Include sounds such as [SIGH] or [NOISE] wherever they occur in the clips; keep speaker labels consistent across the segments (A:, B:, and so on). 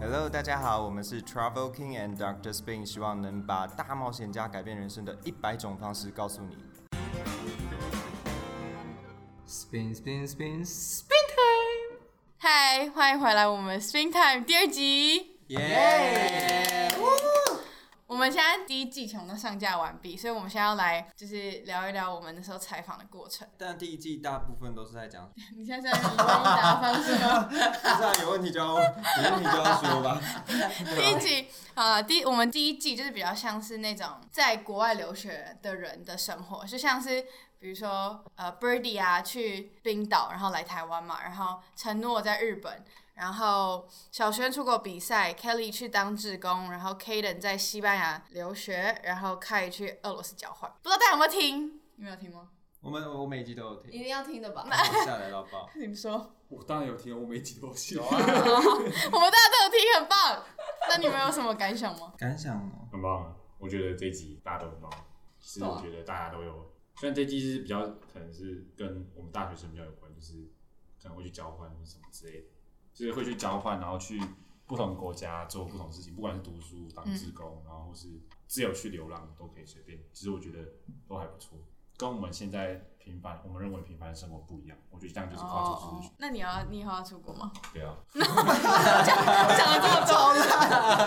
A: Hello，大家好，我们是 Travel King and Dr. Spin，希望能把大冒险家改变人生的一百种方式告诉你。Spin Spin Spin Spin Time！
B: 嗨，欢迎回来，我们 Spring Time 第二集。
A: 耶！
B: 我们现在第一季全部都上架完毕，所以我们现在要来就是聊一聊我们那时候采访的过程。
A: 但第一季大部分都是在讲，不
B: 你现在在疑问答方式吗？
A: [LAUGHS] 是啊，有问题就要有问题就要说吧。
B: 第一集啊，第我们第一季就是比较像是那种在国外留学的人的生活，就像是比如说呃 Birdy 啊去冰岛，然后来台湾嘛，然后承诺在日本，然后小轩出国比赛，Kelly 去当志工，然后 Kaden 在西班牙留学，然后 Kai 去俄罗斯交换。不知道大家有没有听？你们有听吗？
A: 我们我每一集都有听，
C: 一定要听的吧？ [LAUGHS]
A: 下来到爆。
B: 你们说，
D: 我当然有听，我每集都有
B: [LAUGHS]
D: 听。
C: 啊
B: 我们大家都有听，很棒。那你们有什么感想吗？
A: 感想哦，
D: 很棒啊！我觉得这一集大家都很棒。其实
C: 啊
D: 我觉得大家都有，虽然这一季是比较可能是跟我们大学生比较有关，就是可能会去交换或什么之类的，就是会去交换，然后去不同国家做不同事情，不管是读书、当志工，然后或是自由去流浪都可以随便。其实我觉得都还不错，跟我们现在平凡我们认为平凡的生活不一样。我觉得这样就是跨
C: 哦
D: 出舒适区。
B: 哦那你要你以后要出国
C: [LAUGHS]
B: 吗？
D: 对啊，
B: 讲的这么重。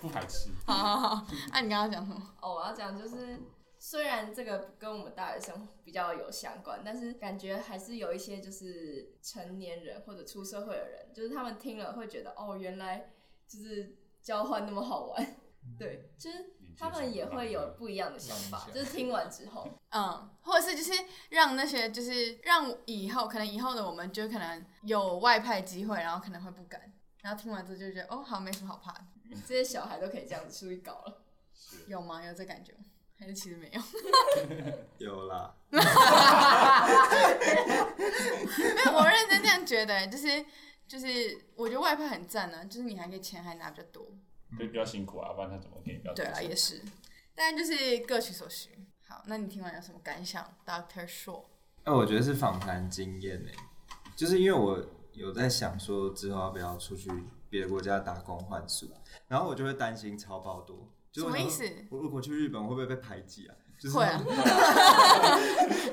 D: 不排斥。 [LAUGHS]
B: 好好好，那、你刚刚讲什么？
C: 哦，我要讲就是，虽然这个跟我们大学生活比较有相关，但是感觉还是有一些就是成年人或者出社会的人，就是他们听了会觉得哦，原来就是交换那么好玩。 [LAUGHS] 对，就是他们也会嗯有不一样的想法，就是听完之 [LAUGHS] 后，
B: 嗯，或者是就是让那些就是让以后可能以后的我们就可能有外派机会，然后可能会不敢，然后听完之后就觉得哦，好没什么好怕的，
C: 这些小孩都可以这样子出去搞了。
B: 有吗？有这感觉吗？还是其实没有？
A: 有啦，
B: 没有，我认真这样觉得，就是就是我觉得外派很赞呢、啊就是你还可以钱还拿比较多，
D: 所以比较辛苦啊，不然他怎么给你比较
B: 对
D: 多钱？
B: 啊，也是，但就是各取所需。好，那你听完有什么感想，Doctor 说？
A: 哎，我觉得是访谈经验呢，就是因为我有在想说之后要不要出去别的国家打工换宿，啊然后我就会担心超爆多，就是我
B: 什么
A: 想
B: 意
A: 说
B: 思
A: 我如果去日本会不会被排挤啊？就是
B: 会啊，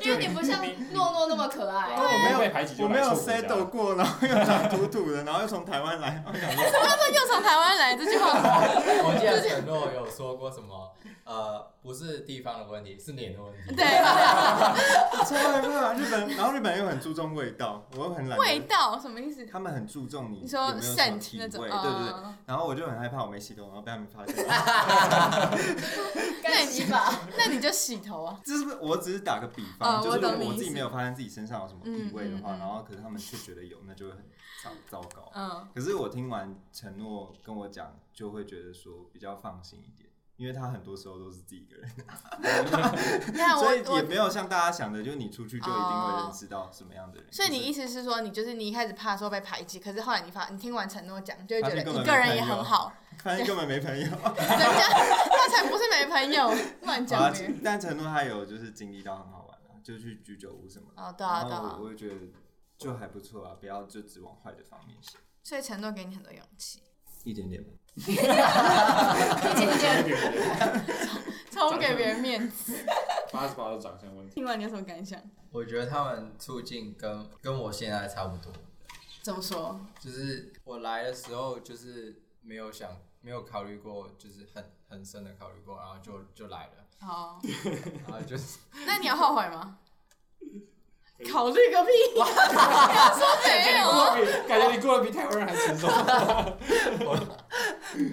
C: 因为你不像诺诺那么可爱，
A: 因为我没有
D: 啊被排挤就
A: 我
D: 来
A: 没有
D: 错国家
A: settle 过，然后又长土土的，然后又从台湾来，我想说
B: 又从台湾来这句
A: [LAUGHS]
B: 话，
E: 我记得承诺有说过什么，呃，不是地方的问题，是脸的问题。
B: 对，
A: 啊超害怕日本，然后日本人又很注重味道，我又很懒得，
B: 味道什么意思？
A: 他们很注重你
B: 你说
A: 有没有什么
B: scent
A: 体
B: 那
A: 味，
B: 种，
A: 对
B: 哦
A: 对对，然后我就很害怕我没洗头，然后被他们发现。
C: 该洗 [LAUGHS] 吧？
B: 那你就洗头啊。
A: 这是不是我只是打个比方，
B: 嗯
A: 就是
B: 我懂
A: 如哦果我
B: 你意
A: 自己
B: 思
A: 没有发现自己身上有什么异味的话，
B: 嗯嗯嗯
A: 然后可是他们却觉得有，那就会很糟糟糕。
B: 嗯，
A: 可是我听完承诺跟我讲，就会觉得说比较放心一点，因为他很多时候都是自己一个人，
B: 你看我
A: 所以也
B: 我，
A: 没有像大家想的，就是你出去就一定会认识到什么样的人。
B: 所以你
A: 就是
B: 意思是说，你就是你一开始怕说被排挤，可是后来你发你听完承诺讲，就会
A: 他
B: 觉得
A: 根本
B: 一个
A: 没
B: 人
A: 朋
B: 也
A: 友
B: 很好，
A: 发 [LAUGHS] 现根本没朋友。
B: 人家他才不是没朋友，乱
A: 好 [LAUGHS] 啊
B: 讲别人。
A: 但承诺他有就是经历到很好玩啊，就去居酒屋什么的。
B: 哦，对啊，对
A: 然后
B: 啊
A: 我，我就觉得就还不错啊，不要就只往坏的方面想，
B: 所以承诺给你很多勇气，
A: 一点点吧。
B: [LAUGHS] 超不给别人面子。
D: 八十八的长相问题。
B: 听完你有什么感想？
E: 我觉得他们处境跟跟我现在差不多，
B: 怎么说？
E: 就是我来的时候就是没有想，没有考虑过，就是很很深的考虑过，然后就就来了，
B: 哦，
E: 然后就是 [LAUGHS]
B: 那你有后悔吗？
E: 嗯
B: 考虑个屁！说没有啊，
D: 感觉你过得比台湾人还成 [LAUGHS] 熟。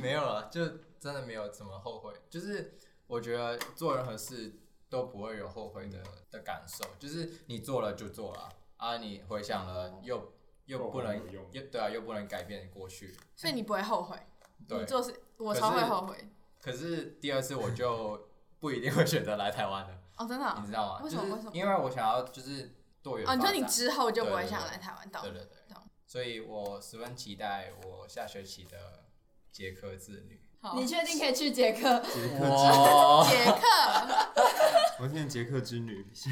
E: 没有了，就真的没有怎么后悔。就是我觉得做任何事都不会有后悔的的感受，就是你做了就做了啊，你回想了又又不
D: 后悔没有用
E: 能又对啊，又不能改变过去，
B: 所以你不会后悔。你
E: 对。
B: 做事我
E: 可
B: 超会
E: 是
B: 后悔
E: 可是第二次我
B: [LAUGHS]
E: 就不一定会选择来台湾了，
B: 哦，真的啊、
E: 你知道吗？
B: 为什么
E: 就是
B: 为什么
E: 因为我想要就是多元
B: 哦，
E: 发
B: 你
E: 展。
B: 说你之后就不会
E: 对对
B: 想
E: 对
B: 来台湾岛
E: 对？对对
B: 懂，
E: 所以我十分期待我下学期的捷克之旅。
B: 好
C: 你确定可以去捷克？
A: 捷克之，
E: 哇，
B: 捷克
A: 我听见捷克之女 [LAUGHS]
B: 谁？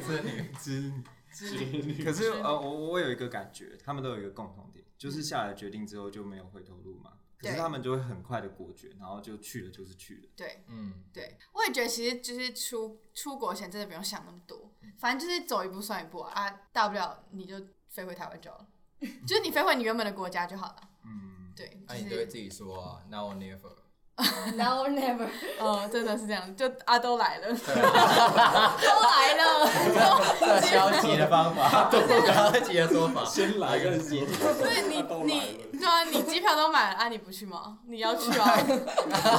E: [LAUGHS] 之旅
A: 之
D: 之 [LAUGHS] 旅
A: 可是呃，我我有一个感觉，他们都有一个共同点，就是下了决定之后就没有回头路嘛。可是
B: 嗯对
A: 他们就会很快的果决，然后就去了就是去了。
B: 对
E: 嗯，
B: 对，我也觉得其实就是出出国前真的不用想那么多，反正就是走一步算一步啊，啊大不了你就飞回台湾 [LAUGHS] 就好了，就是你飞回你原本的国家就好了。
A: 嗯，
B: 对，
E: 那、
B: 就
E: 你都会
B: 是
E: 自己说啊，now or never。
C: Now or never，
B: 哦，真的是这样，就啊都来了， [LAUGHS]
C: 都来了，
E: 这消极的方
A: [LAUGHS]
E: 法，消极的说法，
D: 先来个几
B: 对你你对啊，你机票都买了啊，你不去吗？你要去
D: [LAUGHS]
B: 啊？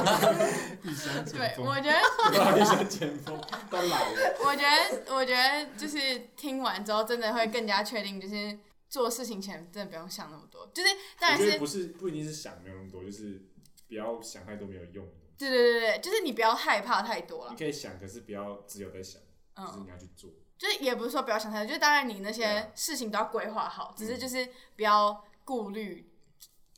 B: 对，我觉得
D: 到 [LAUGHS] 一下前锋，都来了。
B: 我觉得，我觉得就是听完之后，真的会更加确定，就是做事情前真的不用想那么多。就是当
D: 我
B: 然
D: 觉得
B: 是
D: 不是不一定是想没有那么多，就是不要想太多没有用的。
B: 对对对对，就是你不要害怕太多
D: 你
B: 了，
D: 可以想，可是不要只有在想，就是
B: 嗯，
D: 你要去做。
B: 就是也不是说不要想太多，就是当然你那
D: 对
B: 些
D: 啊
B: 事情都要规划好，只是就是不要顾虑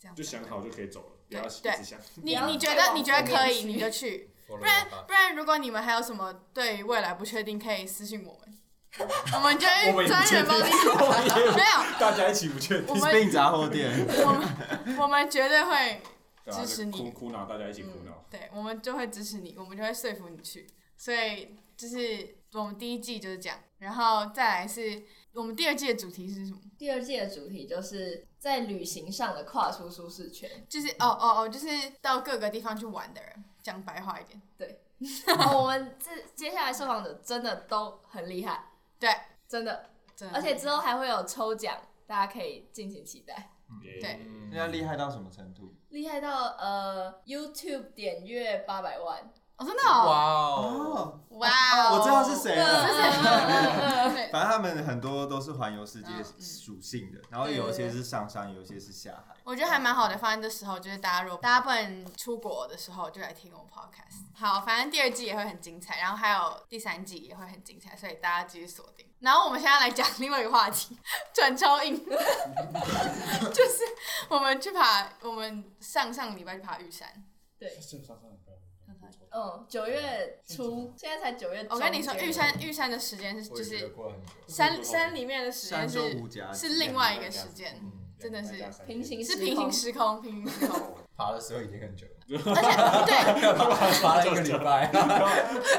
B: 这样
D: 就
B: 子。
D: 想好就可以走了，不要一直
B: 对
D: 想。
B: 你
C: 不要
B: 你觉
C: 再
B: 得
C: 往
B: 你觉得
C: 负面
B: 可以，
C: 去
B: 你就去，
E: 不
B: 不然不然，如果你们还有什么对未来不确定，可以私信我们，我们就
D: 我们
B: 会
D: 也
B: 哎专
D: 不确
B: 人帮你。没
D: [LAUGHS]
B: 有，
D: 大家一起不确定，
B: 我
A: 是
B: 们
A: 病杂货 [LAUGHS] 店，
B: 我们我们绝对会。
D: 对啊
B: 支持
D: 就
B: 你
D: 哭哭闹，大家一起哭闹。
B: 对，我们就会支持你，我们就会说服你去。所以就是我们第一季就是这样，然后再来是我们第二季的主题是什么？
C: 第二季的主题就是在旅行上的跨出舒适圈。
B: 就是哦哦哦，就是到各个地方去玩的人，讲白话一点。
C: 哦我们这接下来受访者真的都很厉害，
B: 对，
C: 真的，
B: 真的
C: 而且之后还会有抽奖，大家可以敬请期待。
D: 耶
B: 对
A: 人家厉害到什么程度？
C: 厉害到呃，YouTube 点阅八百万，
B: 哦，真的
E: 哇
B: 哦，
E: 哦，
A: 哦，
B: 哇
A: 我
B: 哦，
A: 知道是谁了。
B: 对
A: 反正他们很多都是环游世界
B: 嗯嗯
A: 属性的，然后有一些是上山，有一些是下海。
B: 我觉得还蛮好的，放在这时候，就是大家如果大家不能出国的时候，就来听我们 podcast。好，反正第二季也会很精彩，然后还有第三季也会很精彩，所以大家继续锁定。然后我们现在来讲另外一个话题，转超硬， [LAUGHS] 就是我们去爬，我们上上个礼拜去爬玉山。
D: 上上上礼拜
C: [LAUGHS] 嗯，九月初，现在才九月中
B: 我
C: 间。
B: 跟你说，玉山玉山的时间是
E: 我
B: 就
E: 也觉得
B: 是
E: 过很久，
B: 山山里面的时
A: 山
B: 间
A: 中
B: 是
A: 无夹
B: 是
A: 击
B: 另外一个时间，
E: 嗯，
B: 真的是
C: 平行
B: 是平行时空，平行时
D: [LAUGHS]
B: 空。
E: 爬的时候已经很久了， [LAUGHS]
B: 而且对，
E: 爬了一个礼拜，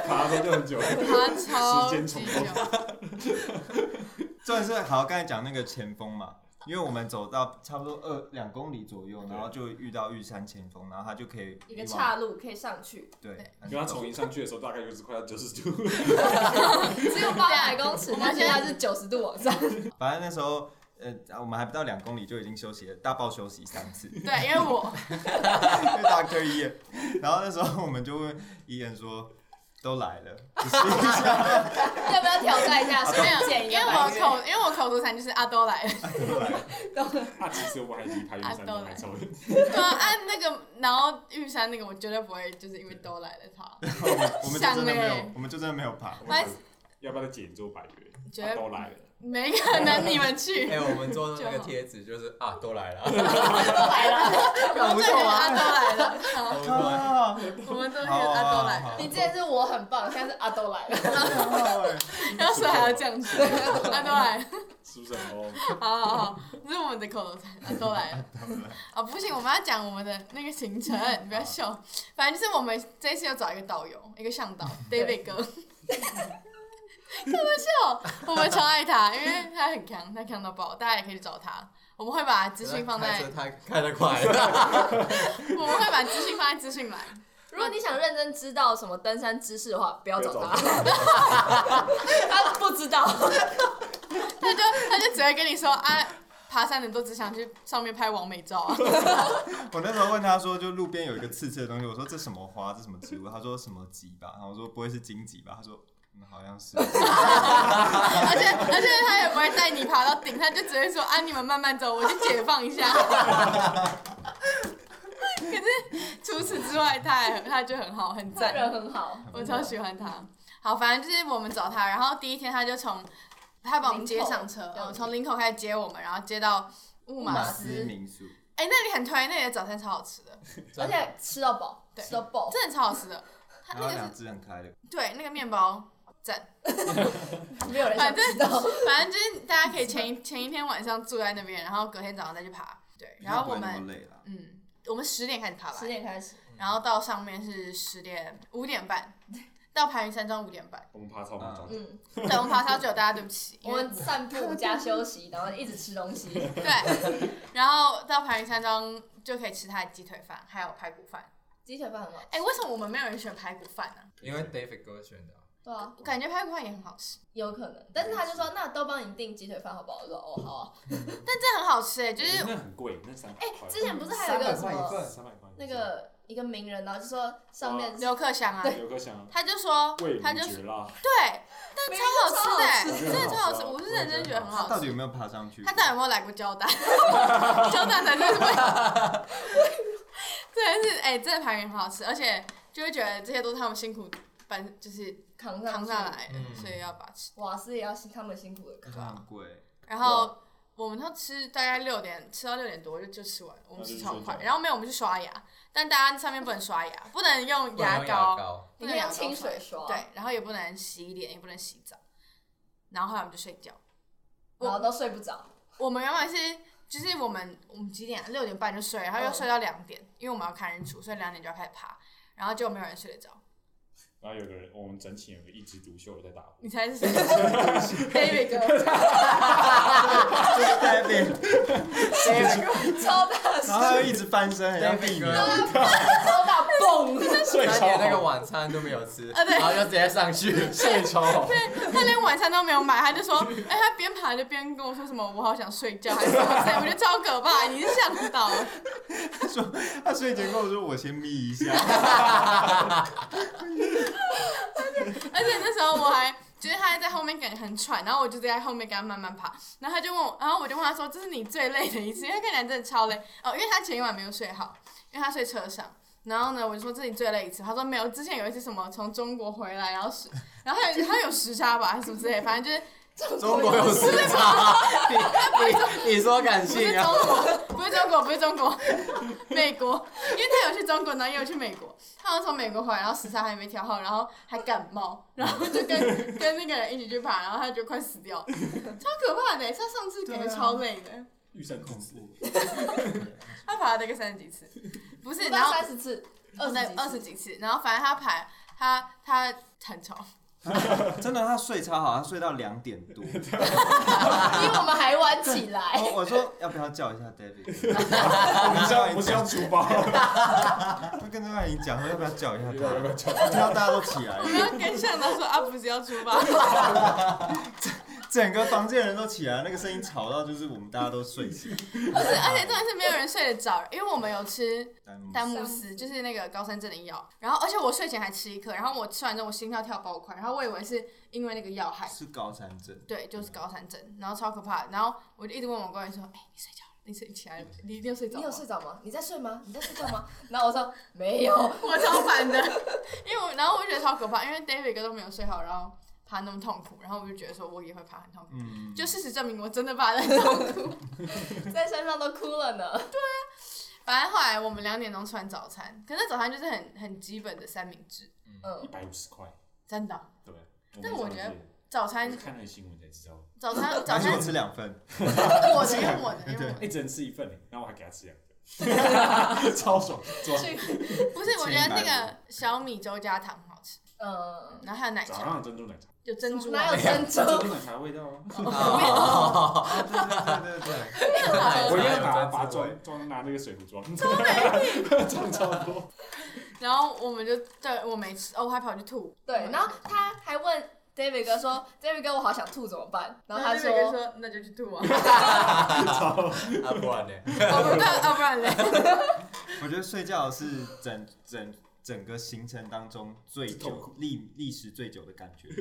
D: 爬的就很久，
B: 爬超
D: 时
B: 级
D: 间重
B: 久
D: 构。
A: 重点是好，刚才讲那个前锋嘛，因为我们走到差不多二两公里左右，然后就遇到玉山前锋，然后他就可以
C: 一个
A: 往
C: 岔路可以上去，
A: 对
B: 对，
A: 很
D: 跟他从一上去的时候，大概就是快要九十度， [LAUGHS]
C: 只有八百公
B: 啊
C: 尺，但现在是九十度往上。
A: 反正那时候，呃，我们还不到两公里就已经休息了，大爆休息三次，
B: 对，因为我
A: 因为大哥一眼。然后那时候我们就问伊人说：“都来了，只是一下
C: 要不要挑战一下？
A: 啊
C: 随
B: 没
C: 便
B: 有，
C: 剪一
B: 因为
C: 个
B: 我
C: 吧。
B: 口，因为我口头禅就是阿都
A: [LAUGHS]
B: 来了，
A: 都来了。
D: 他其实我还离爬云山都还超远。
B: 对啊，按那个，然后玉山那个我绝对不会，就是因为都来了他，
A: 然后我们”我们就真的没
B: 像
A: 有
B: 欸，
A: 我们就真的没有爬。
D: 我想要不要再剪做百元？
B: 觉得
A: 啊
D: 他都来了，
B: 没可能你们去，
E: 哎，我们做的那个贴纸就是啊，都来了，
B: 我们
A: [LAUGHS] 不
B: 这
A: 错
B: 边
A: 啊
B: 阿都来了，好， [LAUGHS]
E: 好
A: 啊，
B: 我们这边
A: 好
B: 阿都
A: 啊
B: 来，了，
A: 好
C: [LAUGHS] 你之前是我很棒，现在是阿都来了。
A: 好欸
B: 要说还要这样子，阿都来了，
D: 是不是很哦？
B: 好好好，这是我们的口头禅，阿都来了，啊不行，我们要讲我们的那个行程，你不要笑，反正就是我们这一次要找一个导游，一个向 [LAUGHS] 导 David 哥。我们超爱他，因为他很强，他强到爆，大家也可以去找他。我们会把资讯放在
E: 开，车太开得
B: [LAUGHS]
E: 快了，
B: 我们会把资讯放在资讯栏。
C: 如果你想认真知道什么登山知识的话，不要找他
D: 不，
C: 他不知道。
B: 他就他就只会跟你说啊，爬山的都只想去上面拍完美照啊。
A: 我那时候问他说，就路边有一个刺刺的东西，我说这什么花，这什么植物？他说什么棘吧，然后我说不会是荆棘吧？他说嗯，好像是。
B: 而且而且他也不会带你爬到顶，他就只会说啊，你们慢慢走，我去解放一下。可是除此之外，他也他就很好，很
C: 他
B: 赞。
C: 人很好，
B: [LAUGHS] 我超喜欢他。好，反正就是我们找他，然后第一天他就从他把我们接上车，
C: 对
B: 嗯，从林口开始接我们，然后接到乌马
C: 马
B: 斯
A: 斯。民宿，
B: 哎、那里很推，那里的早餐超好吃的，
C: 而且吃到饱，
B: 对
C: 吃到爆。
B: 真的超好吃的。他
A: 然
B: 那
A: 后
B: 个
A: 两
B: 是
A: 只很开的，
B: 对那个面包赞。
C: 没有人想
B: 反正
C: 知道。 [LAUGHS]
B: 反正就是大家可以前一前一天晚上住在那边，然后隔天早上再去爬。对，然后我
A: 比较不会那么
B: 们
A: 累了，
B: 嗯，我们十点开始爬吧
C: 十，点开始，
B: 然后到上面是十点五点半， [LAUGHS] 到盘云山庄五点半。
D: 我们爬超爬超久，
C: 嗯，
B: 对，我们爬超久，大家对不 [LAUGHS] 起。
C: 我
B: 因为
C: 们散步加休息，然后一直吃东西。 [LAUGHS]
B: 对，然后到盘云山庄就可以吃他的鸡腿饭，还有排骨饭。
C: 鸡腿饭很好吃，
B: 哎、为什么我们没有人选排骨饭呢、
E: 因为 David 哥选的啊，
C: 对啊，
B: 我感觉排骨饭也很好吃，
C: 有可能。但是他就说，那都帮你订鸡腿饭好不好？我说哦，好啊。
B: 但这很好吃哎、就
D: 可是
B: 是
D: 那很贵，那三百块，
C: 哎之前不是还有一个什么
E: 份
D: 三百块
C: 那个一个名人，然后就说上面
B: 刘克祥啊，
D: 有个想
B: 他就说
D: 味，
B: 他
D: 如
B: 就
D: 绝辣，
B: 对，但
C: 明明
B: 超好吃的、
C: 好
B: 欸，
D: 吃
B: 真的超好吃，
D: 我
B: 我
D: 觉
B: 是
D: 得
B: 认真觉得很
A: 他
B: 好
A: 到底
B: 吃。
A: 有没有爬上去？
B: 他到底有没有来过交大？ [LAUGHS] 交大才是会。对，是哎、真的排名很好吃，而且就会觉得这些都是他们辛苦搬，就是
C: 扛上
B: 扛
C: 去
B: 上，来的，
E: 嗯
B: 所以要把它吃。
C: 瓦斯也要辛他们辛苦的扛。
A: 可能很
B: [LAUGHS]
A: 贵，
B: 然后我们都吃大概六点，吃到六点多就就吃完了，我们吃超
D: 那就睡
B: 快。
D: 觉
B: 然后没有我们去刷牙，但大家上面不能刷牙，不能用
E: 不能用牙
B: 膏，
E: 膏，
B: 不
C: 你
B: 能
C: 可以
B: 用
C: 用清水刷，
B: 对，然后也不能洗脸，也不能洗澡。然后后来我们就睡觉。
C: 然后都睡不着。
B: 我们原本是就是我们我们几点啊？六点半就睡，然后又
C: 嗯
B: 睡到两点，因为我们要看日出，所以两点就要开始爬。然后就没有人睡得着，
D: 然后有个人，我们整寝有个一枝独秀的在打呼
B: 你，猜 [LAUGHS] 是谁？David 哥，
A: 就是 David，
C: [LAUGHS] 超大
A: 然后他又一直翻身，很像避免。
E: David 哥
C: 超大蹦，
D: 睡
E: 他
D: 超
E: 连那个
D: 好，
E: 晚餐都没有吃，
B: 啊对
E: 然后就直接上去 [LAUGHS] 睡超好。
B: 他连晚餐都没有买，他就说，哎、他边爬就边跟我说什么，我好想睡觉，还是什么之类，我觉得超可怕，你是想不到，
A: 他睡前跟我说：“我先眯一下。 [LAUGHS]
B: 而且那时候我还觉得他还在后面感觉很喘，然后我就在后面跟他慢慢爬，然后他就问我，然后我就问他说：“这是你最累的一次？”因为看起来真的超累哦，因为他前一晚没有睡好，因为他睡车上。然后呢，我就说这是你最累一次，他说没有，之前有一次什么从中国回来，然后时，然后还有他有时差吧，还是什么之类，反正就是
E: 中国
C: [LAUGHS]
E: 有时
B: [LAUGHS]
E: 差， [LAUGHS] 你你你说感
B: 不是
E: 性
B: 中
E: 啊？
B: 国，不是中国，不是中国， [LAUGHS] 美国，因为他有去中国，然后也有去美国，他好像从美国回来，然后时差还没调好，然后还感冒，然后就 [LAUGHS] 跟跟那个人一起去爬，然后他就快死掉 [LAUGHS] 了，超可怕的，欸他上次感觉超累的，
D: 预算控制，
B: 他爬了大概三十几次，不是，然
C: 然
B: 后
C: 后三十次，二
B: 对
C: 十
B: 二十，几次，然后反正他爬他他很丑，”
A: 真的，他睡超好，他睡到两点多。哦
C: 比我们还晚起
B: 哎
C: 来。
A: 我我说要不要叫一下
B: [LAUGHS]
A: David？
D: 我们是要不是要珠宝，
A: 他跟他已经讲说要不要叫一下
D: 要不
A: 他，
D: 要叫？
A: 听到大家都起来了，
B: 我们要跟向导说啊， [LAUGHS] 不是要出发，
A: 整个房间的人都起来了，那个声音吵到就是我们大家都睡醒。
B: [LAUGHS] 不是，而且重点是没有人睡得着，因为我们有吃。
A: 但
B: 丹木斯就是那个高山镇的药，然后而且我睡前还吃一颗，然后我吃完之后我心跳跳爆快，然后我以为是因为那个药害，
A: 是高山症，
B: 对，就是高山症，然后超可怕的，然后我就一直问我工人说，哎、你睡觉了？你睡起来了？你一定要睡着
C: [LAUGHS] 你
B: 吗
C: 有？睡着吗？你在睡吗？你在睡觉吗？然后我说没有，
B: 我超烦的，因为我然后我就觉得超可怕，因为 David 哥都没有睡好，然后爬那么痛苦，然后我就觉得说我也会爬很痛苦，
A: 嗯，
B: 就事实证明我真的爬得很痛苦。
C: 在山上都哭了呢。
B: 反正后来我们两点钟吃完早餐，可是早餐就是很很基本的三明治，
D: 一
C: 嗯，
D: 百五十块，
B: 真的
D: 对不对？
B: 但我觉得
D: 们
B: 早
D: 上
B: 餐
D: 次看那个新闻才知道，
B: 早餐早
A: 而且 [LAUGHS]
B: 餐
A: 我吃
B: [LAUGHS]
A: 两份，
B: 用我的用我的用我的。
D: 一人吃哎一份，欸然后我还给他吃两份，超爽，爽。
B: 不是，我觉得那个小米粥加糖很好吃，
C: 嗯，
B: 然后还有奶
D: 早
B: 茶，
D: 上珍珠奶
C: [LAUGHS]
D: 茶，
B: 有珍珠
C: 哪
B: 啊
C: 有，珍珠？
D: 珍珠奶茶味道
C: [LAUGHS]
D: 啊！
B: [LAUGHS]
E: 哦
A: 对对对对对，
D: 我一
E: 也
D: 定要把把
E: 打八
D: 装装拿那个水壶
C: [LAUGHS]
D: 装，装超多。
B: 然后我们就对我没吃，哦，我还跑去吐。
C: 对，然后他还问 David 哥说：“David 哥，我好想吐，怎么办？”然后他
B: 那个
C: 说
B: 说那就去吐啊，
E: 啊不然呢？
B: [LAUGHS] 哦不对，啊不然 [LAUGHS] 嘞，
A: 我觉得睡觉是整整整个行程当中最
D: 痛
A: 久历历时最久的感觉，
B: 那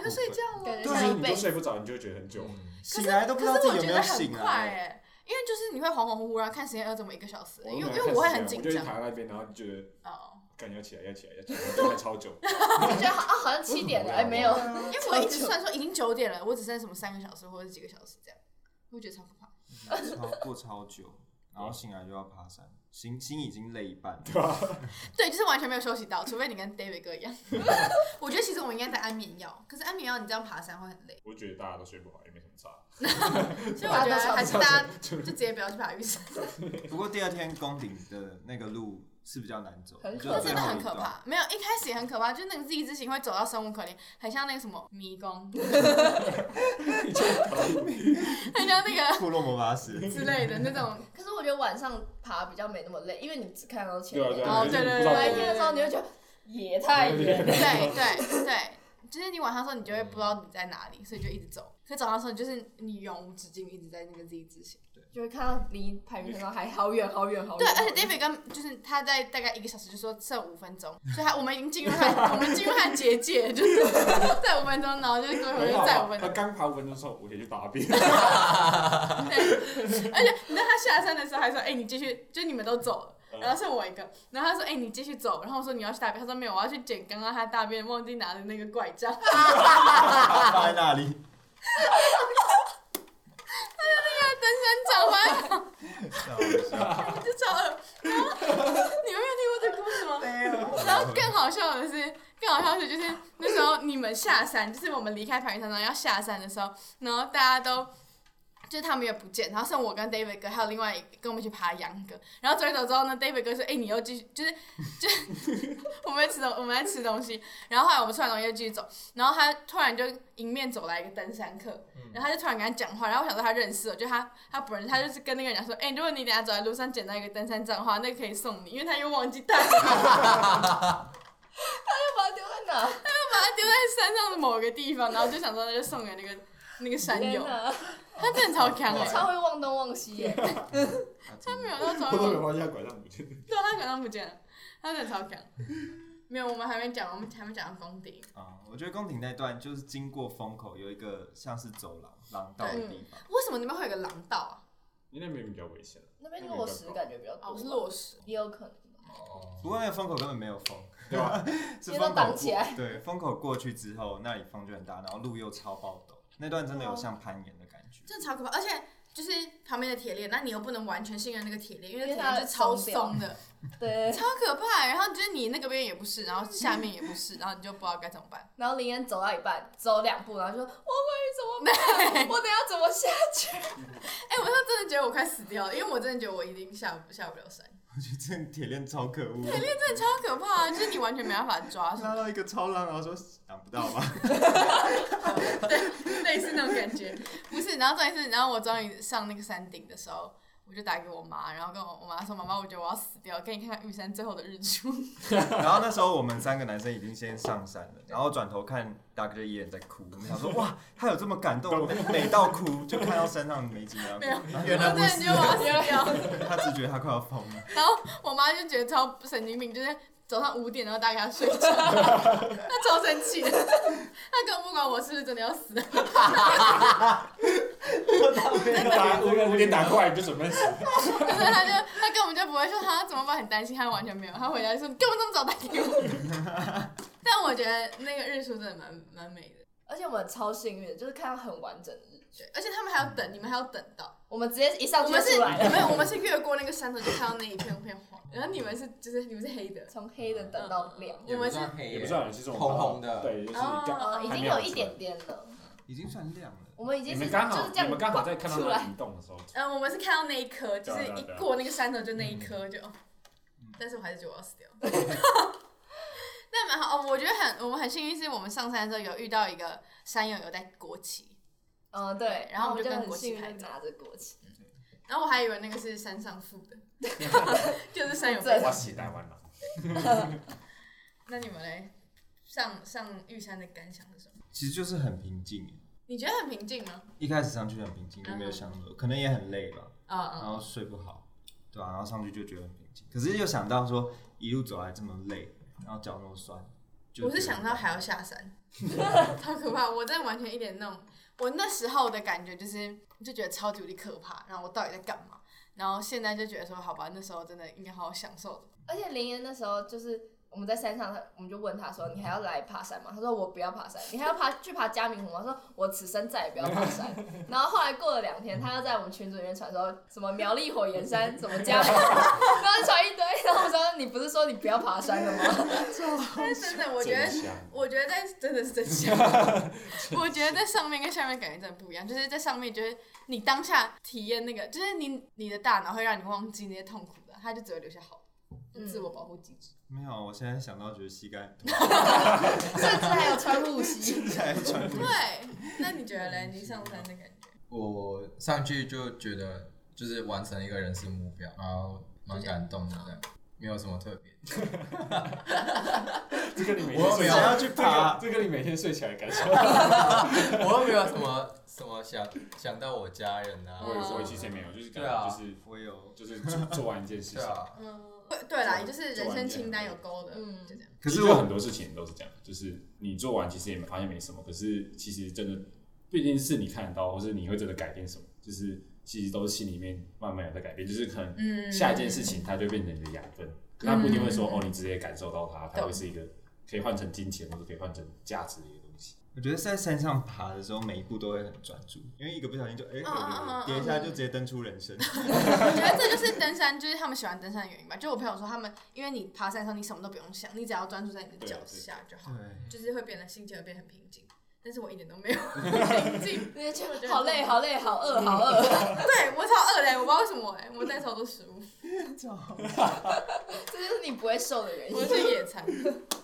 B: 你就睡觉了。
C: 感觉
D: 就
C: 像
D: 是
C: 一
D: 你
C: 辈
D: 都
C: 子
D: 睡不着，你就会觉得很久。
E: 嗯
A: 醒来都不知道
B: 可是
A: 自己
B: 我
A: 有
B: 觉
A: 没
B: 得
A: 有
B: 很
A: 醒啊
B: 快
A: 来。
B: 哎，因为就是你会恍恍惚惚，然后看时间，要怎么一个小时，
D: 我
B: 因为
D: 都没
B: 因
D: 有
B: 为我会
D: 看
B: 很
D: 时间
B: 紧
D: 啊我就一
B: 张
D: 躺在那边，然后就觉得
B: 哦，
D: 感觉要起来，要起来，要起来，就还超久。
C: [LAUGHS] 就觉得好啊，好像七
D: 嗯
C: 点了，哎，没有，
B: 因为我一直算说已经九点了，我只剩什么三个小时或者几个小时这样，我会觉得超可怕。
A: 超过超久，然后醒来就要爬山，心心已经累一半了。
B: 对，就是完全没有休息到，除非你跟 David 哥一样。 [LAUGHS] 我觉得其实我应该在安眠药，可是安眠药你这样爬山会很累，
D: 我觉得大家都睡不好，也没什么差。
B: 所以我觉得还是大家就直接不要去爬玉山，
A: 不过第二天宫顶的那个路是比较难走，
C: 很可
A: 就
C: 怕
B: 那
A: 是最
B: 真的
A: 后
B: 很
A: 一
B: 可
A: 段。
B: 怕。没有，一开始也很可怕，就是那个 Z 字形会走到生无可恋，很像那个什么迷宫， [LAUGHS] 很像那个
A: 库洛魔法使，
B: [LAUGHS] 之类的那种
C: 可是我觉得晚上爬比较没那么累，因为你只看到前
D: 对啊对
C: 面。
B: 哦
D: 啊，
B: 对对对
D: 不知道
C: 白
D: 多
C: 天
D: 远
C: 的时候你会觉得也太
D: 啊
C: 远了。
B: 对对对，就是你晚上的时候你就会不知道你在哪里，所以就一直走。可早上的时候就是你永无止境，一直在那个 Z 字形。
C: 就会看到离排名山上还好远好远好
B: 对，
C: 远。
B: 而且
C: [LAUGHS]
B: David 跟就是他在大概一个小时就说剩五分钟，所以他我们已经进入他我们进入他结界，就是 [LAUGHS] 在五分钟，然后就过一会儿
D: 没
B: 又
D: 办
B: 再五
D: 法
B: 分
D: 他
B: 钟。
D: 刚爬五分钟的时候，我得去大
C: [LAUGHS]
D: 便。
B: 而且你知道他下山的时候还说：“哎、你继续，就你们都走了。”然后剩我一个，然后他说：“哎、你继续走。”然后我说：“你要去大便。”他说：“没有，我要去捡刚刚他大便忘记拿的那个拐杖。”啊
A: 放在那
B: [LAUGHS]
A: 里，
B: 登山杖吗？ [LAUGHS]
A: 笑一笑
B: 就超恶。然后你们没有听过这个故事吗？没
A: 啊
B: 有。然后更好笑的是，更好笑的是，就是那时候你们下山，就是我们离开团圆山庄要下山的时候，然后大家都。就是他们也不见，然后剩我跟 David 哥，还有另外一个跟我们一起爬的杨哥。然后走一走之后呢，David 哥说：“哎、你又继续，就是就是 [LAUGHS] 我们在吃东，我们在吃东西。”然后后来我们吃完东西就继续走，然后他突然就迎面走来一个登山客，然后他就突然跟他讲话，然后我想说他认识我，就他他不认识，他就是跟那个人讲说，哎、如果你等下走在路上捡到一个登山杖的话，那个可以送你，因为他又忘记带，他
C: 要把它丢在
B: 把
C: 哪？
B: 它丢在山上的某个地方，然后就想说那就送给那个那个山
C: 天
B: 友，
C: 哪，
B: 他真的超强
C: 我
B: 哎、
C: 超会忘东忘西耶！
B: 他没有到
D: 我嗯都没
B: 超，
D: 有发现他拐杖不见了。
B: 对，他可能不见了，他真的超强。没有，我们还没讲，我们还没讲到宫顶，
A: 啊！我觉得宫顶那段就是经过风口有一个像是走廊廊道的地方，
B: 为什么那边会有个廊道啊？
D: 你那边比较危
C: [LAUGHS]
D: 险了，
C: 那边落石感觉比较多，
B: 哦，是落石，
C: 也有可能。
E: 哦，
A: 不过那个风口根本没有风，
D: 对吧？
A: [LAUGHS] 是
C: 因为
A: 风口
C: 都挡
A: 过
C: 起来。
A: 对，风口过去之后，那里风就很大，然后路又超爆陡，那段真的有像攀岩的感觉。 [LAUGHS]
B: 真的超可怕，而且就是旁边的铁链，那你又不能完全信任那个铁链，因为
C: 因为
B: 铁
C: 它
B: 链是超
C: 松掉
B: 松 [LAUGHS] 的。
C: 对， [LAUGHS]
B: 超可怕。欸然后就是你那个边也不是，然后下面也不是，然后你就不知道该怎么办。
C: 然后林恩走到一半，走两步，然后就说：“我会怎
B: [LAUGHS]
C: 么办？我等下怎么下去
B: 哎、我是真的觉得我快死掉了，因为我真的觉得我一定下不下不了山，
A: 我觉得这铁链超可恶，
B: 真的超可怕、啊，就是你完全没办法抓什么，
A: 拉到一个超浪，然后说挡不到吧？ [LAUGHS]
B: [LAUGHS] 类似那种感觉。不是，然后再一次，然后我终于上那个山顶的时候。我就打给我妈，然后跟我我妈说：“妈妈，我觉得我要死掉，给你看看玉山最后的日出。
A: 然后那时候我们三个男生已经先上山了，然后转头看 Dr. 伊人在哭，我们想
C: [LAUGHS]
A: 说哇，他有这么感动，美美到哭，就看到山上的美景啊，
B: 没有
E: [LAUGHS] 原”
B: 我
E: 来
B: 真
E: 不
B: 的
E: 是
B: 觉得我要死掉。
A: 他只觉得他快要疯了。
B: 然后我妈就觉得超神经病，就是早上五点然后打给她睡觉，
E: [LAUGHS]
B: 她超生气的，她根本不管我是不是真的要死。
D: 打五五点打过来你就准备死。
B: 可是他就他根本就不会说他怎么办很担心，他完全没有，他回家就说你干嘛这么早打给我？
E: [LAUGHS]
B: 但我觉得那个日出真的蛮蛮美的，？”
C: 而且我们超幸运，就是看到很完整的日出，
B: 对，而且他们还要等，你们还要等到，
C: 我们直接一上
B: 我
C: 去
B: 们
C: 就是嗯出来了，
B: 没有，我们是越过那个山头就看到那一片片黄，然后你们是就是你们是黑的，嗯
C: 从黑的 [LAUGHS] 等到亮，
B: 我们是
E: 算黑
D: 也
E: 耶
D: 不算，其实我们
E: 红红的
D: 对，就是
B: 哦
D: 刚
C: 呃，已
D: 还
C: 经
D: 没有
C: 有一点点了。
A: 已经算亮了，
C: 我们已
D: 你
C: 经是
D: 们刚
C: 就
D: 好
C: 是这样
D: 你们刚好在看到
C: 出
D: 那
C: 来，
D: 移动的时候，
B: 嗯，我们是看到那一颗，就是
D: 对啊
B: 一
D: 对啊嗯
B: 过那个山头就那一颗就，哦但是我还是觉得我要死掉。 [LAUGHS] 那蛮好哦，我觉得很我们很幸运，是我们上山的时候有遇到一个山友有带国旗，
C: 嗯，对，
B: 然后我
C: 我
B: 们
C: 们
B: 就
C: 就
B: 跟
C: 很
B: 国旗
C: 幸运
B: 拍
C: 地
B: 照
C: 拿着国旗，
B: 然后我还以为那个是山上附
D: [LAUGHS]
B: 的，就是山友
C: 对
D: 哇，写台湾了。
B: 那你们嘞，上上玉山的感想是什么？
A: 其实就是很平静，
B: 你觉得很平静吗？
A: 一开始上去很平静，就没有想那么多，可能也很累吧，然
B: 啊、
A: 后睡不好，对吧、然后上去就觉得很平静，可是又想到说一路走来这么累，然后脚那么酸，就
B: 我
A: 觉
B: 是
A: 得
B: 想到还要下山，超可怕！我真的完全一点那种，我那时候的感觉就是就觉得超级无敌可怕，然后我到底在干嘛？然后现在就觉得说，好吧，那时候真的应该好好享受的。
C: 而且林岩那时候就是我们在山上，他我们就问他说：“你还要来爬山吗？”他说：“我不要爬山。”你还要爬去爬嘉明湖吗？他说：“我此生再也不要爬山。”然后后来过了两天，他又在我们群组里面传说什么苗栗火焰山，什么嘉明湖， [LAUGHS] 然后传一堆。然后我说：“你不是说你不要爬山的吗
B: 但是真的，我觉
D: 真
B: 得
D: 香。
B: 我觉得在真的是真相，我觉得在上面跟下面感觉真的不一样，就是在上面就是你当下体验那个，就是你你的大脑会让你忘记那些痛苦的，它就只会留下好
C: 嗯
B: 的，就自我保护机制。
A: 没有，我现在想到觉得膝盖很痛，？” [LAUGHS]
C: 甚至还有穿护膝。
A: 现在穿
B: 对，那你觉得嘞？你上山的感觉？
E: 我上去就觉得就是完成一个人生目标，然后蛮感动的，这样没有什么特 [LAUGHS] 别。
D: 这个你每天
E: 我没
D: 睡起
E: 有
D: 来
A: 要去爬
D: 这个这个你每天睡起来的感受。
E: 我又没有什么什么想想到我家人啊，
D: 我有时候
B: 嗯
D: 其实也没有，就是感
E: 对啊
D: 觉就是
A: 我有，
D: 就是做做完一件事
E: 对
D: 情，
E: 啊，
B: [LAUGHS] 嗯，对啦，也就是人生清单有勾的，
C: 嗯
B: 就这样。
A: 可
D: 其
A: 是
D: 实有
A: 我
D: 很多事情都是这样，就是你做完其实也发现没什么，可是其实真的不一定是你看得到，或是你会真的改变什么，就是其实都是心里面慢慢有在改变，就是可能
B: 嗯，
D: 下一件事情它就变成你的养分，那不一定会说哦，你直接感受到它，它会是一个可以换成金钱或者可以换成价值的一个东西。
A: 我觉得在山上爬的时候，每一步都会很专注，因为一个不小心就哎、
B: 嗯嗯嗯
A: 跌一下就直接登出人
B: [LAUGHS]
A: 生。
B: 我觉得这就是登山， [LAUGHS] 就是他们喜欢登山的原因吧。就我朋友说，他们因为你爬山的时候，你什么都不用想，你只要专注在你的脚下就好，
A: 对，
B: 就是会变得心情会变得很平静。但是我一点都没有 [LAUGHS] 平静，
C: 那就好累，好累，好饿，好
B: 嗯
C: 饿，
B: 对我超饿的，我不知道为什么哎、我带超多食物，
C: [LAUGHS] 这就是你不会瘦的原因。
B: 我去野餐。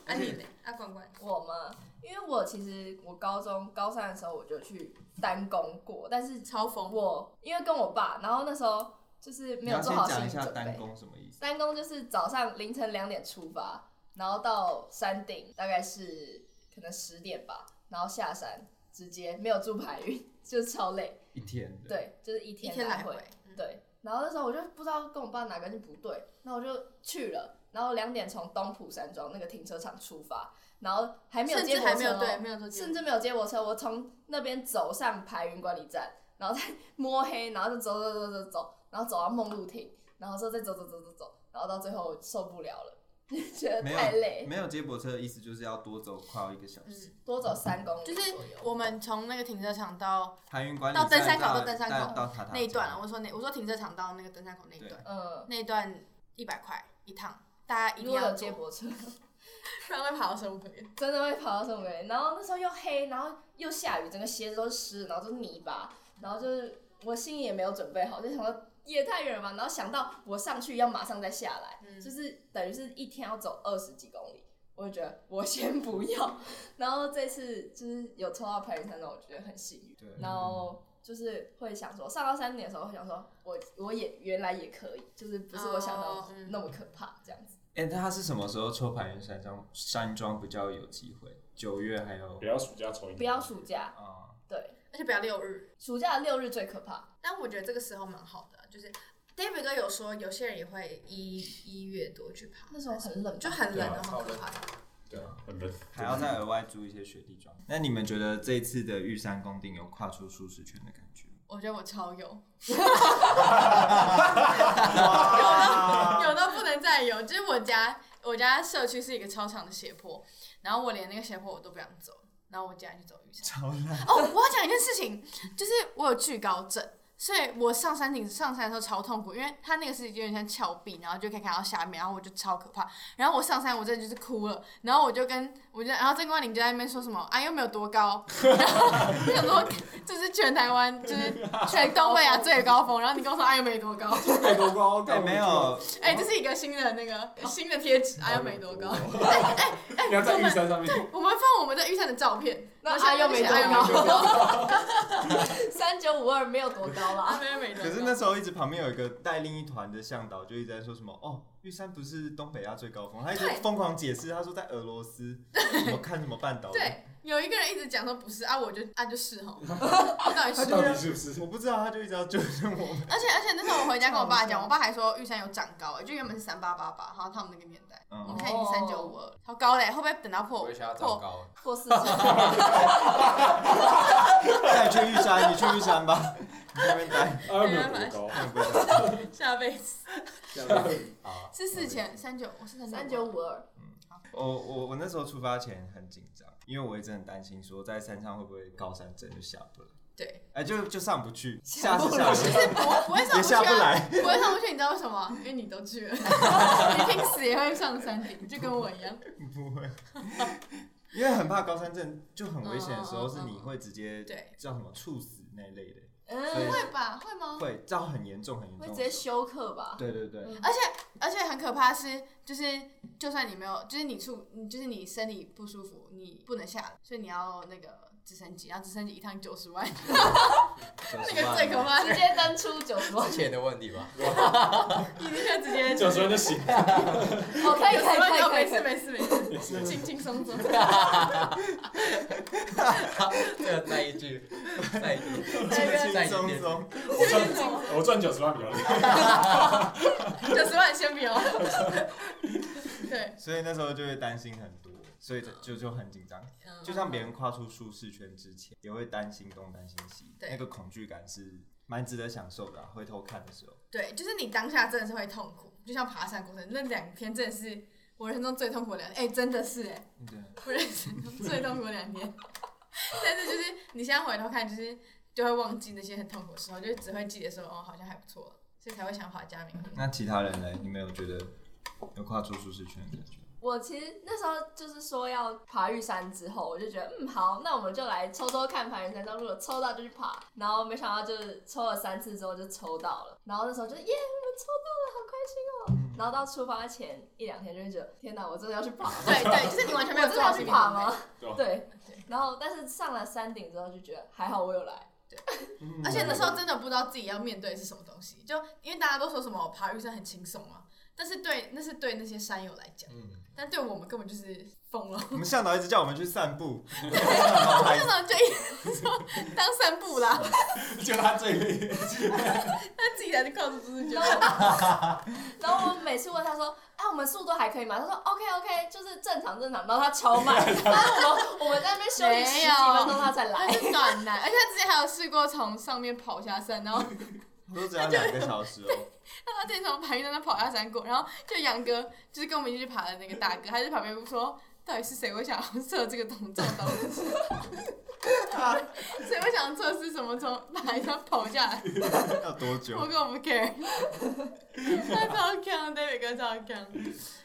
B: 啊你嘞？啊关关，
C: [LAUGHS] 我吗？因为我其实我高中高三的时候我就去单工过，但是
B: 超疯，
C: 我因为跟我爸，然后那时候就是
A: 你
C: 没有
A: 要
C: 做
A: 先
C: 好心
A: 讲一
C: 理
A: 下
C: 准
A: 单
C: 备。
A: 工什么意思？
C: 单工就是早上凌晨两点出发，然后到山顶大概是可能十点吧，然后下山直接没有住排云，就是超累。
A: 一天的，
C: 对，就是一
B: 嗯一
C: 天
B: 天来
C: 回
B: 回。。嗯
C: 对，然后那时候我就不知道跟我爸哪根筋不对，那我就去了，然后两点从东浦山庄那个停车场出发，然后还没有
B: 甚
C: 接
B: 至
C: 驳
B: 还没
C: 车、
B: 有
C: 哦，
B: 对，没有做
C: 甚至没有接驳车，我从那边走上排云管理站，然后再摸黑，然后就走走走走走，然后走到梦露亭，然后之后再走走走走走，然后到最后受不了了，就觉得
A: 没有
C: 太累，
A: 没有接驳车的意思就是要多走快要一个小
B: 嗯
A: 时。
C: 多走三公里
B: 就是
C: 左右
B: 我们从那个停车场到
A: 海运管理
B: 到登山口
A: 站
B: 到登山
A: 到
B: 口
A: 到塔塔
B: 那一段啊，
A: 站
B: 我说那我说停车场到那个登山口那一段，
C: 嗯，
B: 那一段一百块一趟，大家一
C: 如
B: 定
C: 果
B: 要
C: 有
B: 做
C: 嗯接驳车，
B: 不然会爬到生物园。
C: 真的会跑到这么远，然后那时候又黑，然后又下雨，整个鞋子都是湿，然后都是泥巴，然后就是我心里也没有准备好，就想说也太远了吧，然后想到我上去要马上再下来，
B: 嗯
C: 就是等于是一天要走二十几公里，我就觉得我先不要。 [LAUGHS] 然后这次就是有抽到排云山庄，我觉得很幸运，
A: 对，
C: 然后。就是会想说，上到山顶的时候，会想说我我也原来也可以，就是不是我想
B: 哦
C: 到
B: 嗯
C: 那么可怕这样子。
A: 哎、那他是什么时候抽排云山庄？山庄比较有机会，九月还有
D: 不要暑假抽烟，
C: 不要暑假，
A: 啊、
C: 对，
B: 而且不要六日。
C: 暑假的六日最可怕。
B: 但我觉得这个时候蛮好的，就是 David 哥有说，有些人也会一一月多去爬，
C: 那时候很冷吧，
B: 就很冷，
D: 对啊
B: 然后很可怕。
D: 对啊，很冷，
A: 还要再额外租一些雪地装。那你们觉得这次的玉山宫顶有跨出舒适圈的感觉？
B: 我觉得我超有，
A: 哇
B: [LAUGHS] 有到不能再有。就是我家我家社区是一个超长的斜坡，然后我连那个斜坡我都不想走，然后我竟然去走雨山。
A: [LAUGHS] 超烂，
B: 哦，我要讲一件事情，就是我有惧高症，所以我上山顶上山的时候超痛苦，因为它那个是有点像峭壁，然后就可以看到下面，然后我就超可怕。然后我上山，我真的就是哭了，然后我就跟我就，然后郑冠霖就在那边说什么啊又没有多高，然后我想说这是全台湾就是全东北亚啊最高峰，然后你跟我说啊又没多高，
D: 太多高
A: 哎、没，有，
B: 哎、这是一个新的那个新的贴纸，啊又没多高，
D: [LAUGHS] 哦你要在玉山上面，
B: 我们放我们在玉山的照片，
C: 那
B: 然后下
C: 啊又
B: 面写
C: 没多
B: 啊又没多高，
C: 高， [LAUGHS]
B: [LAUGHS]
C: 三九五二没有多高
B: 啊
C: 啦。
B: 又没多高，
A: 可是那时候一直旁边有一个带另一团的向导，就一直在说什么哦，玉山不是东北亚最高峰，他一直
B: 对
A: 疯狂解释，他说在俄罗斯，
B: [LAUGHS]
A: 什么看什么半岛，
B: 对，有一个人一直讲说不是啊，我就啊就是
A: [LAUGHS]
B: 吼，到底
D: 它
B: 是？
D: 到底是不是？
A: 我不知道，他就一直要纠正我
B: [LAUGHS]
A: 们。
B: 而且而且那时候我回家跟我爸讲，我爸还说玉山有长高、欸，就原本是三八八八，好像他们那个年代，我们
A: 嗯，
B: 现在已经三九五了，超高嘞、会不会等到破
E: 我也想要长
B: 破？
E: 高。
C: 破四十，
A: 带你去玉山，你去玉山吧，你在那边待。
D: [LAUGHS] 啊又没有多高，
B: 下辈子
E: 好，
B: [LAUGHS] 是四千三九，我是三
C: 三九五二，
B: 好
A: 我我我那时候出发前很紧张，因为我一直很担心说在山上会不会高山症就下不来，
B: 对，
A: 哎、就就上不去，下
C: 下不
A: 是下
C: 来
B: 其
A: 不
B: 实
A: 来，
B: 不不
A: [LAUGHS] 也
B: 会上不去
A: 下不
B: 啊，
A: 来。
B: 不会上不去，你知道为什么？因为你都
A: [LAUGHS]
B: 去了，你拼死也会上山顶，就跟我一样。
A: [LAUGHS] 不会，因为很怕高山症，就很危险的时候
B: 嗯嗯
A: 是你会直接
B: 对
A: 叫什么猝死那类的，
C: 嗯，
B: 会吧？会吗？
A: 会到很严重很严
C: 会
A: 重
C: 直
A: 的
C: 接
A: 时
C: 休克吧
A: 候。？对对对，
C: 嗯
B: 而且而且很可怕是，就是就算你没有，就是你处，你就是你身体不舒服，你不能下来，所以你要那个直升机，然后直升机一趟九十万，那
E: 那
B: 个最可怕，
C: 嗯
B: [LAUGHS]
C: 直
B: 直接
C: 接登出九十万
E: 之，前的问题吧。
B: 一定要直接。
D: 九十万就行，
C: 哦，可以
B: [LAUGHS]
C: 可以可以可以
B: 没
C: 可
B: 事
C: 以，
B: 没事没事，轻轻松松。
E: 这个再一句，再一句，再
A: 轻
E: 一
A: 松
E: 遍。
A: 松，
D: 我赚我赚九十万比较厉害。
B: 九十万先不要。对，
A: 所以那时候就会担心很多，所以就就就很紧张。
B: 嗯
A: 就像别人跨出舒适圈之前，也会担心东担心西，
B: 对
A: 那个恐惧感是蛮值得享受的啊、回头看的时候，
B: 对，就是你当下真的是会痛苦，就像爬山过程，那两天真的是我人生中最痛苦的两天，哎、真的是哎、
A: 对，
B: 我人生中最痛苦的两天。 [LAUGHS] 但是就是你现在回头看，就是就会忘记那些很痛苦的时候，就只会记得说哦，好像还不错，所以才会想爬嘉明湖。
A: 那其他人呢？你们有觉得有跨出舒适圈的感觉？
C: 我其实那时候就是说要爬玉山之后，我就觉得嗯好，那我们就来抽抽看爬玉山。那如果抽到就去爬，然后没想到就是抽了三次之后就抽到了，然后那时候就耶，我们抽到了，好开心哦。然后到出发前一两天就会觉得天哪，我真的要去爬，
B: [LAUGHS] 对对，就是你完全没有
C: 我
B: 做
C: 真的要
B: 好
C: 去
B: 心理
C: 爬
B: 准备
C: 吗？？
D: 对啊
C: 对
B: 对。
C: 然后但是上了山顶之后就觉得还好我有来，
B: 而且那时候真的不知道自己要面对的是什么东西，就因为大家都说什么爬玉山很轻松嘛，但是对那是对那些山友来讲，
E: 嗯，
B: 但对我们根本就是疯了。
A: [LAUGHS] 我们向导一直叫我们去散步，好开
B: 那种就一直说当散步啦，
D: [LAUGHS]
B: [LAUGHS]
D: 就他最厉害，
B: 他自己才是靠着知识觉
C: [LAUGHS] 然
B: 得。
C: 后然后我每次问他说：“啊，我们速度还可以吗？”他说：“OK OK，就是正常正常。”然后他超
D: [LAUGHS]
C: 慢，然后我们我们在那边休息十几分钟他才 [LAUGHS]
B: 他
C: 来。
B: 是暖男，而且他之前还有试过从上面跑下山，然后
A: 都只要两个小时哦。
B: 他之前从白云山那跑下山过，然后就杨哥就是跟我们一起去爬的那个大哥，他就旁边说。到底是谁会想要测这个动这种东西？谁会想测试什么从哪一山跑下来？
A: 要多久 [LAUGHS]
B: 我？根本不 care。他超强，David 哥超强。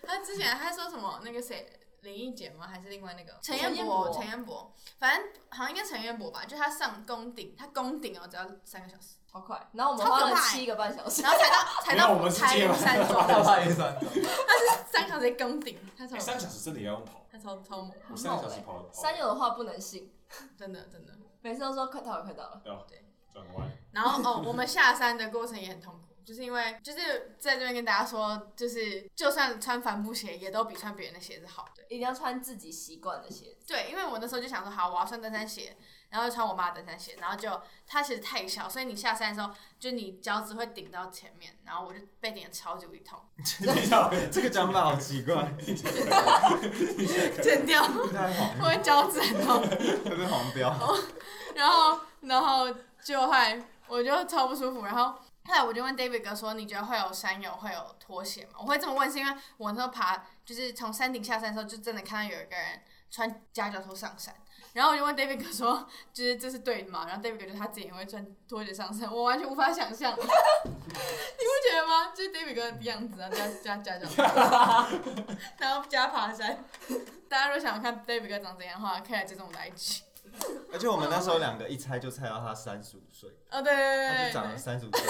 B: 他之前他说什么那个谁林忆杰吗？还是另外那个陈
C: 彦
B: 彦
C: 博
B: 博？陈彦博，反正好像应该陈彦博吧。就他上宫顶，他宫顶哦，只要三个小时，
C: 好快！然后我们花
D: 欸
C: 了七个半小时，
B: 然后才到才
D: 没有
B: 到
D: 我们是
B: 台
D: 接
B: 北
D: 班
B: 山
E: 八
B: 庄，
E: 到八也算中。
B: 三个小时在宫顶，他超
D: 哎 [LAUGHS] 三个小时真的也要用跑，
B: 他超超猛，
D: 我欸三个小时跑哦跑
C: 山友欸的话不能信，
B: 真的真的。
C: 每次都说快到了快到了。
D: 转弯，
B: 然后哦，我们下山的过程也很痛苦，就是因为就是在这边跟大家说，就是就算穿帆布鞋，也都比穿别人的鞋子好。对。
C: 一定要穿自己习惯的鞋子，
B: 对，因为我那时候就想说，好，我要穿登山鞋，然后就穿我妈的登山鞋，然后就它鞋子太小，所以你下山的时候，就你脚趾会顶到前面，然后我就被顶的超级无敌痛，
A: 这个讲法好奇怪，
B: 剪掉，
A: 不太好，
B: 我的脚趾很痛，
A: 会被黄标。
B: 然后然后就会我就超不舒服，然后。后来我就问 David 哥说：“你觉得会有山友会有拖鞋吗？”我会这么问是因为我那时候爬，就是从山顶下山的时候，就真的看到有一个人穿夹脚拖上山，然后我就问 David 哥说：“就是这是对的吗？”然后 David 哥就他自己也会穿拖鞋上山，我完全无法想象，你不 [LAUGHS] 觉得吗？就是 David 哥的样子啊，加加加脚拖，然后加爬山。 [LAUGHS] 大家如果想要看 David 哥长怎样的话，可以来追踪我们的 IG。
A: 而且我们那时候两个一猜就猜到他三十五岁，
B: 哦，对对对
A: 他
B: 对
A: 就长
B: 对
A: 了，三十五岁，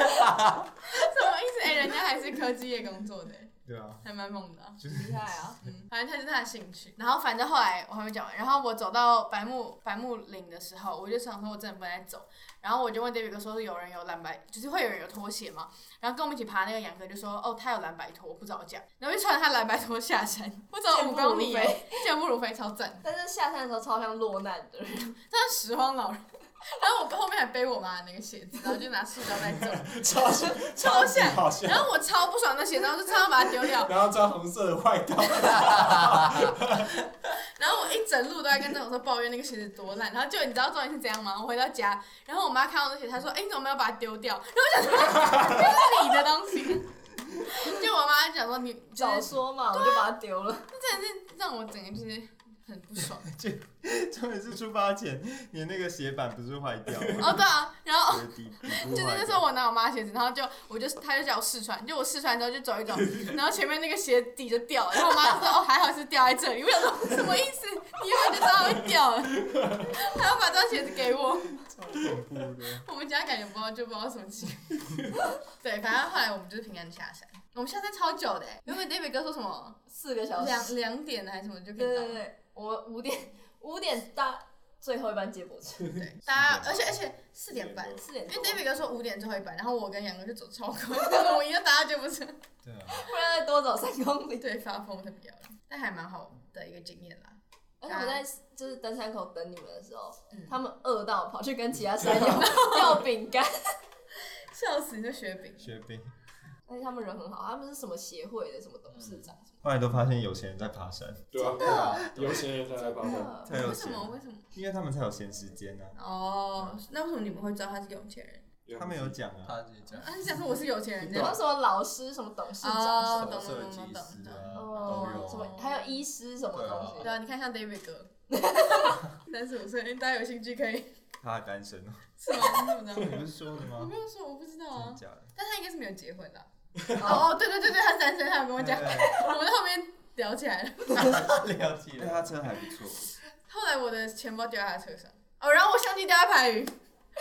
B: 什么意思？哎、人家还是科技业工作的、
A: 对啊， [LAUGHS]
B: 还蛮猛的啊、
C: 厉害啊！
B: 嗯，反正他就是他的兴趣。然后反正后来我还没讲完，然后我走到白木白木岭的时候，我就想说我真的不能再走，然后我就问 David 哥说有人有蓝白，就是会有人有拖鞋吗？然后跟我们一起爬那个杨哥就说哦他有蓝白拖，我不早讲，然后就穿他蓝白拖下山，我走了五公里
C: 健步如飞
B: 耶，健步如飞，超赞，
C: 但是下山的时候超像落难的人，
B: 真的拾荒老人。然后我后面还背我妈的那个鞋子，然后就拿塑胶袋
C: [LAUGHS]
B: 走，
D: 超像 [LAUGHS]
B: 超
D: 级
B: 像
D: 好像，
B: 然后我超不爽那鞋子，然后就差点把它丢掉。
D: 然后穿红色的外套，
B: 然后我一整路都在跟郑总说抱怨那个鞋子多烂，然后就你知道重点是怎样吗？我回到家，然后我妈看到那鞋，她说：“哎、你怎 [LAUGHS] 么没有把它丢掉？”然后我想说，这是你的东西。就我妈就讲说：“你女，就
C: 早
B: 是
C: 说嘛，我
D: 啊
C: 就把它丢了。
B: 让我整个就是很不爽。
A: 重点是出发前，你那个鞋板不是坏掉吗？
B: 哦，对啊，然后
A: 就是底底部
B: 就是
A: 坏
B: 那时
A: 掉。
B: 候我拿我妈鞋子，然后就我就她就叫我试穿，就我试穿之后就走一走，然后前面那个鞋底就掉了，然后我妈就说哦还好是掉在这里，我想说什么意思？你原本就知道会掉了，还要把这双鞋子给我，我们家感觉不知道就不知道什么情况，对，反正后来我们就是平安下山，我们下山超久的欸，原本 David 哥说什么
C: 四个小
B: 两
C: 时，
B: 两点还是什么就可
C: 对
B: 以到
C: 对。对，我们五点五点搭最后一班接驳车，
B: 对，大家，而且而且四点半，
C: 四点
B: 因为
D: 哎
C: 多，
B: David 哥说五点最后一班，然后我跟杨哥就走超快， [LAUGHS] 我们一个搭就不是，
E: 对啊，
C: 不然再多走三公里。
B: 对，发疯才不要了，但还蛮好的一个经验啦。
C: 而且我
B: 啊
C: 在就是登山口等你们的时候，
B: 嗯
C: 他们饿到跑去跟其他山
E: 对
C: 友 [LAUGHS] 要饼干，
B: 笑死，你这雪饼，
A: 雪冰，
C: 而且他们人很好，他们是什么协会的，什么董事长什么
A: 后来都发现有钱人在爬山，
D: 对啊，对啊，有钱人才来帮我。
C: 的。
A: 太有
B: 为什
A: 钱，
B: 么？为什么？
A: 因为他们才有闲时间呢、
B: 哦，那为什么你们会知道他是有钱人？
A: 他们有讲啊，
E: 他自己讲，
B: 啊，你想说我是有
A: [LAUGHS]
B: 钱人这
C: 然后
B: 样？
C: 什么老师，什么董事
B: 哦
C: 长，
B: 懂
E: 设
B: 懂
E: 计
B: 懂
E: 师啊，
C: 什
E: 都
C: 么
E: 有
C: 哦，什么还有医师什么东
B: 对
C: 西，
B: 啊，你看像 David 哥，
A: [LAUGHS]
B: 三十五岁，大家有兴趣可以
A: 他还单身哦。
B: 是吗？你怎么知
A: 你 [LAUGHS]
B: 道？
A: 不是说的
B: 我
A: 吗
B: 没？有说，我不知道
A: 真的
B: 啊，
A: 假的？
B: 但他应该是没有结
A: [LAUGHS]
B: 婚的。哦哦，对对对对，他单身，他有跟我讲，
A: 对
B: 我们在后面聊起来了。
E: 了解
A: 对啊他车还不错，
B: 后来我的钱包掉在他车上，哦，然后我相机掉在排
A: [LAUGHS]
B: 云，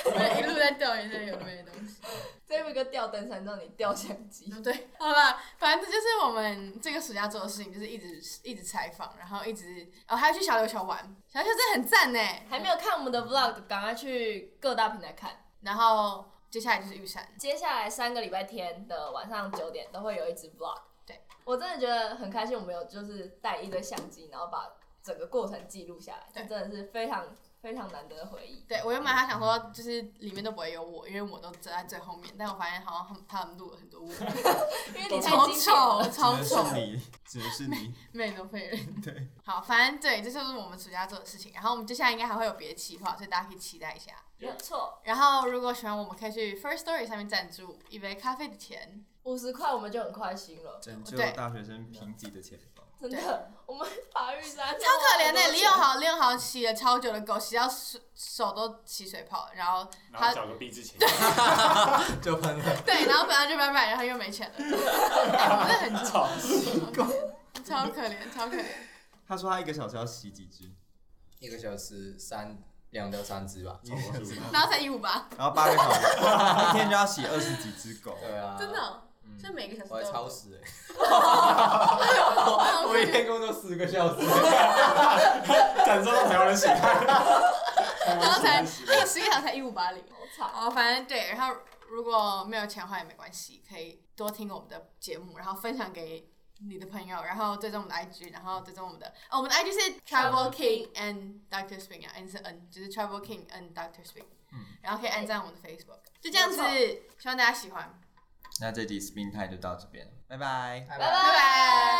B: 我就一路在掉，一在有的没的东西。
C: David 哥掉登山让你掉相机， [LAUGHS]
B: 哦，对，好啦，反正这就是我们这个暑假做的事情，就是一直一直采访，然后一直哦，还要去小琉球玩，小琉球真的很赞呢。
C: 还没有看我们的 Vlog，的赶快去各大平台看。
B: 然后接下来就是玉山，
C: 接下来三个礼拜天的晚上九点都会有一支 Vlog。
B: 对，
C: 我真的觉得很开心，我们有就是带一堆相机，然后把整个过程记录下来，这
B: 对
C: 真的是非常非常难得的回
B: [LAUGHS]
C: 忆。
B: 对我原本还想说就是里面都不会有我，因为我都走在最后面，但我发现好像他们录了很多我，
C: 因为你太
B: 超
C: 经典了，
B: 丑，超
A: 只能
B: 丑
A: 是。你，只能是你。
B: 妹都废人。对，好，反正对，这就是我们暑假做的事情。然后我们接下来应该还会有别的企划，所以大家可以期待一下。
C: 没有错，
B: 然后如果喜欢，我们可以去 First Story 上面赞助一杯咖啡的钱。
C: 五十块我们就很开心了，
A: 拯救
B: 对
A: 大学生贫瘠的钱包。
C: 真
B: 对
C: 的。我们爬玉山
B: [LAUGHS] 超可怜的、李友
C: 好，
B: 豪，李友豪洗了超久的狗，洗到手手都起水泡了，然后
D: 然后找个币之前，
E: 就喷了，
B: 对，然后本来就拜拜，然后又没钱了，哎我们真的很
D: 操！ [LAUGHS]
B: 超可怜，超可怜。
A: 他说他一个小时要洗几只，
E: 一个小时三两到三只吧，
A: 一个
D: [LAUGHS]
A: 小时
B: 然后才一五八，
A: 然后八个小时，一天就要洗二十几只狗。
E: 对啊，
B: 真的哦，
E: 嗯，
B: 所以每个小时
E: 我
B: 都有
E: 还超时哎，
B: 好哦
E: 我一天工作十个小时，
D: 感受到台湾人喜爱，
B: 然后才那个十个小时才一五八零。
C: 惨。
B: 哦，反正对，然后如果没有钱的话也没关系，可以多听我们的节目，然后分享给你的朋友，然后追踪我们的 IG，然后追踪我们的，哦，我们的 IG 是 Travel King and Doctor Spring 啊，N 是 N，就是 Travel King and Doctor Spring，然后可以按赞我们的 Facebook，就这样子，希望大家喜欢，
A: 那这集 Spin Time 就到这边，拜拜。
E: 拜
C: 拜
B: 拜拜。